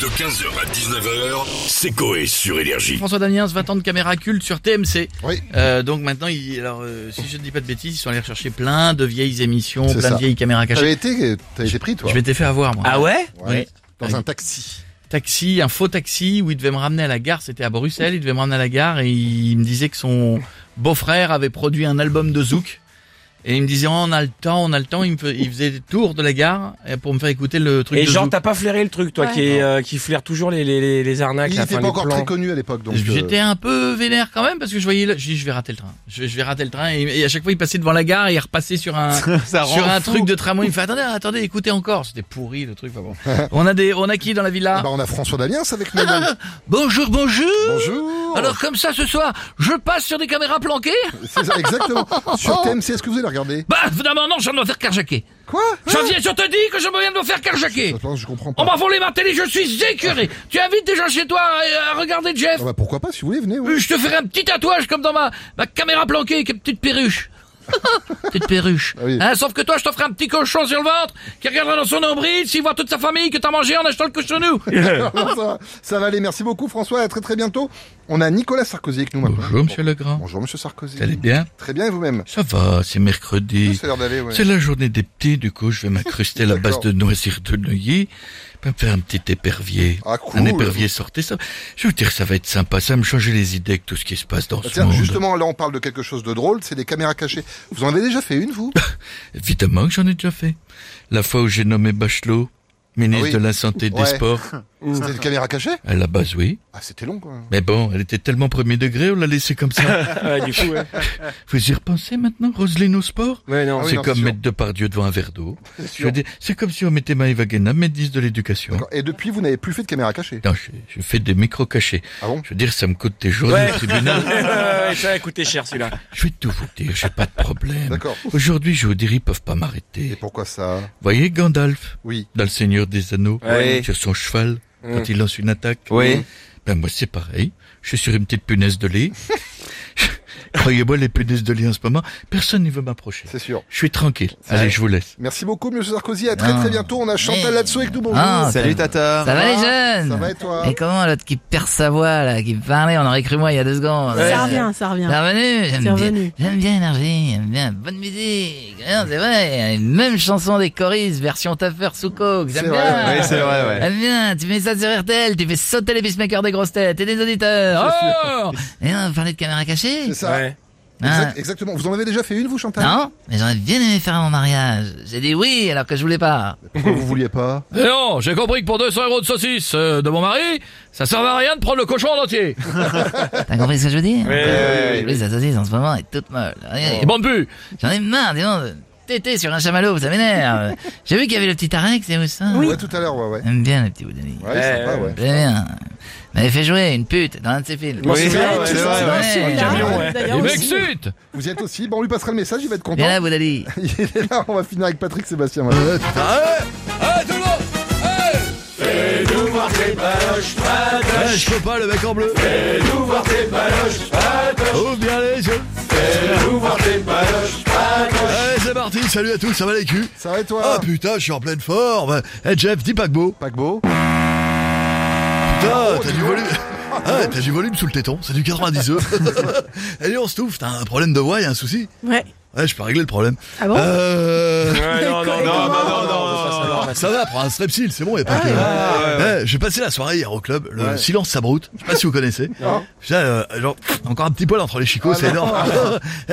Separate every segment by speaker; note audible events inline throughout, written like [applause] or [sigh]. Speaker 1: De 15h à 19h, c'est Coé sur Énergie.
Speaker 2: François Damiens, 20 ans de caméra culte sur TMC.
Speaker 3: Oui.
Speaker 2: Euh, donc maintenant, il- alors, euh, si je ne dis pas de bêtises, ils sont allés rechercher plein de vieilles émissions,
Speaker 3: C'est
Speaker 2: plein
Speaker 3: ça.
Speaker 2: de vieilles caméras cachées.
Speaker 3: T'avais été, t'avais été pris, toi
Speaker 2: Je m'étais fait avoir, moi.
Speaker 4: Ah ouais
Speaker 3: Ouais.
Speaker 2: Oui.
Speaker 3: Dans un taxi.
Speaker 2: Taxi, un faux taxi où il devait me ramener à la gare. C'était à Bruxelles. Il devait me ramener à la gare et il me disait que son beau-frère avait produit un album de Zouk. Et il me disait, Oh, on a le temps, on a le temps. Il, me fais- il faisait des tours de la gare euh, pour me faire écouter le truc
Speaker 4: Et
Speaker 2: de
Speaker 4: genre
Speaker 2: Zouk.
Speaker 4: t'as pas flairé le truc toi
Speaker 5: Ouais.
Speaker 4: qui, est, euh, qui flaire toujours les, les, les, les arnaques
Speaker 3: Il
Speaker 4: là,
Speaker 3: n'était
Speaker 4: enfin,
Speaker 3: pas
Speaker 4: les
Speaker 3: encore
Speaker 4: plans.
Speaker 3: très connu à l'époque, donc. euh,
Speaker 2: J'étais un peu vénère quand même parce que je voyais, le- je dis je vais rater le train, je, je vais rater le train et, et à chaque fois il passait devant la gare et il repassait sur
Speaker 3: [laughs]
Speaker 2: un sur un truc de tramway. Il me fait attendez attendez écoutez encore, c'était pourri le truc. enfin bon. on a des on a qui dans la villa
Speaker 3: bah, on a François Damiens avec
Speaker 2: [laughs]
Speaker 3: nous. donc.
Speaker 2: Bonjour bonjour.
Speaker 3: Bonjour.
Speaker 2: Alors comme ça ce soir, je passe sur des caméras planquées
Speaker 3: C'est ça, exactement.
Speaker 2: Oh.
Speaker 3: Sur TMC, est-ce que vous allez regarder
Speaker 2: Bah évidemment non, je viens de me faire carjacker.
Speaker 3: Quoi
Speaker 2: Je viens, je te dis que je me viens de me faire carjacker.
Speaker 3: Attends, je comprends
Speaker 2: On
Speaker 3: pas.
Speaker 2: m'a volé ma télé, je suis écœuré. Tu invites des gens chez toi à, à regarder Jeff.
Speaker 3: Ah bah, pourquoi pas, si vous voulez, venez. ouais.
Speaker 2: Je te ferai un petit tatouage comme dans ma, ma caméra planquée avec une petite
Speaker 3: [laughs]
Speaker 2: perruche. petite perruche.
Speaker 3: Ah oui.
Speaker 2: Hein, sauf que toi, je te ferai un petit cochon sur le ventre qui regardera dans son nombril s'il voit toute sa famille que t'as mangé en achetant le cochonou.
Speaker 3: [laughs] ça, va, ça va aller. Merci beaucoup, François. À très très bientôt. On a Nicolas Sarkozy avec nous maintenant.
Speaker 2: Legrand.
Speaker 3: Bonjour, monsieur Sarkozy.
Speaker 2: bien
Speaker 3: Très bien, et vous-même
Speaker 2: Ça va, c'est mercredi.
Speaker 3: Ça a l'air d'aller, ouais. Ah,
Speaker 2: C'est la journée des petits, du coup, je vais m'incruster à la base
Speaker 3: D'accord.
Speaker 2: de noisir de Neuilly, puis me faire un petit épervier.
Speaker 3: Ah, cool.
Speaker 2: Un épervier sortez ça. Je veux dire, ça va être sympa, ça va me changer les idées avec tout ce qui se passe dans
Speaker 3: Bah,
Speaker 2: ce
Speaker 3: Tiens,
Speaker 2: monde.
Speaker 3: justement, là, on parle de quelque chose de drôle, c'est des caméras cachées. Vous en avez déjà fait une, vous
Speaker 2: Évidemment que j'en ai déjà fait. La fois où j'ai nommé Bachelot, ministre
Speaker 3: Ah oui.
Speaker 2: de la Santé et des
Speaker 3: Ouais. [laughs]
Speaker 2: Sports,
Speaker 3: C'était des caméras cachées
Speaker 2: à la base, oui.
Speaker 3: Ah, c'était long, quoi.
Speaker 2: Mais bon, elle était tellement premier degré, on l'a laissée comme
Speaker 3: [laughs]
Speaker 2: ça.
Speaker 4: Ouais, du coup, ouais.
Speaker 2: Vous y repensez maintenant, Roselyne au sport
Speaker 4: Ouais, non.
Speaker 3: Ah oui,
Speaker 2: C'est
Speaker 3: non,
Speaker 2: comme
Speaker 3: c'est sûr.
Speaker 2: mettre Depardieu devant un verre d'eau. Je
Speaker 3: sûr.
Speaker 2: veux dire, C'est comme si on mettait Maëva Guéna, maîtresse de l'éducation.
Speaker 3: D'accord. Et depuis, vous n'avez plus fait de caméras cachées.
Speaker 2: Non, je, je fais des micros cachés.
Speaker 3: Ah bon
Speaker 2: Je veux dire, ça me coûte des jours
Speaker 4: Ouais.
Speaker 2: au tribunal.
Speaker 3: [laughs]
Speaker 4: Ouais, ça a coûté cher celui-là.
Speaker 2: Je vais tout vous dire, j'ai pas de problème.
Speaker 3: D'accord.
Speaker 2: Aujourd'hui, je vous dirais, ils peuvent pas
Speaker 3: Et
Speaker 2: m'arrêter.
Speaker 3: pourquoi ça
Speaker 2: Voyez Gandalf,
Speaker 3: Oui.
Speaker 2: dans le Seigneur des Anneaux,
Speaker 4: Ouais.
Speaker 2: sur son cheval,
Speaker 4: Mm.
Speaker 2: quand il lance une attaque.
Speaker 4: Oui.
Speaker 2: Ben moi, c'est pareil. Je suis sur une petite punaise de [laughs] lit. Croyez-moi, les punaises de lit en ce moment, personne ne veut m'approcher.
Speaker 3: C'est sûr.
Speaker 2: Je suis tranquille.
Speaker 3: C'est
Speaker 2: Allez,
Speaker 3: vrai.
Speaker 2: je vous laisse.
Speaker 3: Merci beaucoup, monsieur Sarkozy. À très
Speaker 6: Ah.
Speaker 3: très bientôt. On a Chantal
Speaker 6: Mais-
Speaker 3: là-dessous avec nous. Bonjour.
Speaker 6: Ah,
Speaker 7: Salut Tata
Speaker 6: Ça va les
Speaker 3: Ça
Speaker 6: jeunes
Speaker 3: va et toi
Speaker 6: Mais comment l'autre qui perd sa voix là, qui parlait, on aurait cru moi il y a deux secondes.
Speaker 5: Ça
Speaker 6: Ouais.
Speaker 5: revient, ça revient.
Speaker 6: C'est revenu,
Speaker 5: C'est
Speaker 6: j'aime bien,
Speaker 5: revenu.
Speaker 6: j'aime bien l'énergie, j'aime bien la bonne musique, Hein, c'est vrai, une même chanson des choristes, version Taffer sous coke,
Speaker 3: C'est
Speaker 6: j'aime
Speaker 3: vrai.
Speaker 6: bien.
Speaker 7: Oui, c'est vrai, ouais.
Speaker 6: J'aime bien, tu mets ça sur RTL, tu fais sauter les pacemakers des grosses têtes et des auditeurs. Oh Et on parlait de caméra cachée Hein
Speaker 3: C'est ça.
Speaker 4: Ouais.
Speaker 3: Exact- exactement. Vous en avez déjà fait une, vous, Chantal
Speaker 6: Non, mais j'aurais bien aimé faire à mon mariage. J'ai dit oui alors que je voulais pas.
Speaker 3: Pourquoi vous vouliez pas
Speaker 2: Et non, Eh oh, j'ai compris que pour 200 euros de saucisse euh, de mon mari, ça servait à rien de prendre le cochon en entier.
Speaker 6: T'as compris ce que je veux dire
Speaker 4: Ouais, ouais, ouais.
Speaker 6: En plus, la saucisse en ce moment est toute molle.
Speaker 3: Oh.
Speaker 6: Regardez,
Speaker 2: Et bande pu.
Speaker 6: J'en ai marre, dis donc, de téter sur un chamallow,
Speaker 3: [laughs]
Speaker 6: ça m'énerve. J'ai vu qu'il y avait le petit Tarek, c'est où ça
Speaker 3: Ouais, tout à l'heure, ouais, ouais.
Speaker 6: J'aime bien le petit Woodley.
Speaker 3: Ouais, c'est sympa,
Speaker 4: ouais.
Speaker 3: ouais.
Speaker 6: J'aime bien. Il m'avait fait jouer une pute dans un de ses films.
Speaker 4: Oui, c'est
Speaker 5: Ouais,
Speaker 4: vrai,
Speaker 5: tu
Speaker 4: c'est
Speaker 5: sais,
Speaker 4: vrai,
Speaker 5: c'est
Speaker 4: ouais.
Speaker 5: dans celui-là,
Speaker 4: Camion, ouais.
Speaker 5: d'ailleurs
Speaker 2: Il
Speaker 5: aussi.
Speaker 2: m'excite.
Speaker 3: Vous y êtes aussi. Bon, on lui passera le message, il va être content.
Speaker 6: Viens là, Woodley.
Speaker 3: [laughs] Il est là, on va finir avec Patrick Sébastien. maintenant.
Speaker 2: je peux pas, le mec en bleu. Ouvre bien les yeux. Allez, c'est parti. Salut à tous, ça va les culs
Speaker 3: Ça va et
Speaker 2: Ah
Speaker 3: toi
Speaker 2: putain, je suis en pleine forme. Eh Jeff, dis paquebot.
Speaker 3: Paquebot
Speaker 2: Putain, t'as du volume. Ah, t'as du volume sous le téton, c'est du Eh, 90 [laughs] œufs. Allez, on se touffe, t'as un problème de voix, y a un souci
Speaker 5: Ouais.
Speaker 2: Ouais, je peux régler le problème.
Speaker 5: Ah bon
Speaker 2: Euh...
Speaker 4: Ouais, non, non, non, non, non, non, non, non.
Speaker 2: Ça va, prends un strepsil, c'est bon, y a pas que. Eh, J'ai passé la soirée hier au club, le silence s'abroute. Je sais pas si vous connaissez. Putain, euh, genre, encore un petit poil entre les chicots, c'est énorme.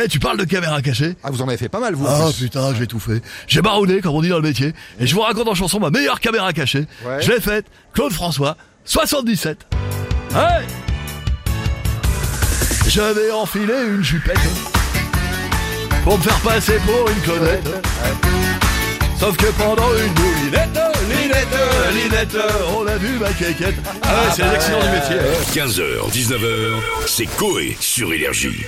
Speaker 2: Eh, tu parles de caméra cachée
Speaker 3: Ah, vous en avez fait pas mal,
Speaker 6: Oh,
Speaker 3: vous. en
Speaker 2: ah
Speaker 3: plus.
Speaker 2: putain, j'ai tout fait. J'ai baroudé, comme on dit dans le métier, et je vous raconte en chanson ma meilleure caméra cachée.
Speaker 3: Ouais.
Speaker 2: Je l'ai faite, Claude François, 77. Hey J'avais enfilé une jupette pour me faire passer pour une clonette. Sauf que pendant une boulinette, linette, linette, on a vu ma
Speaker 3: Ah,
Speaker 1: hein.
Speaker 3: bah,
Speaker 2: quéquette. Ah, c'est l'accident du métier.
Speaker 1: 15h, 19h, c'est Coé sur Énergie.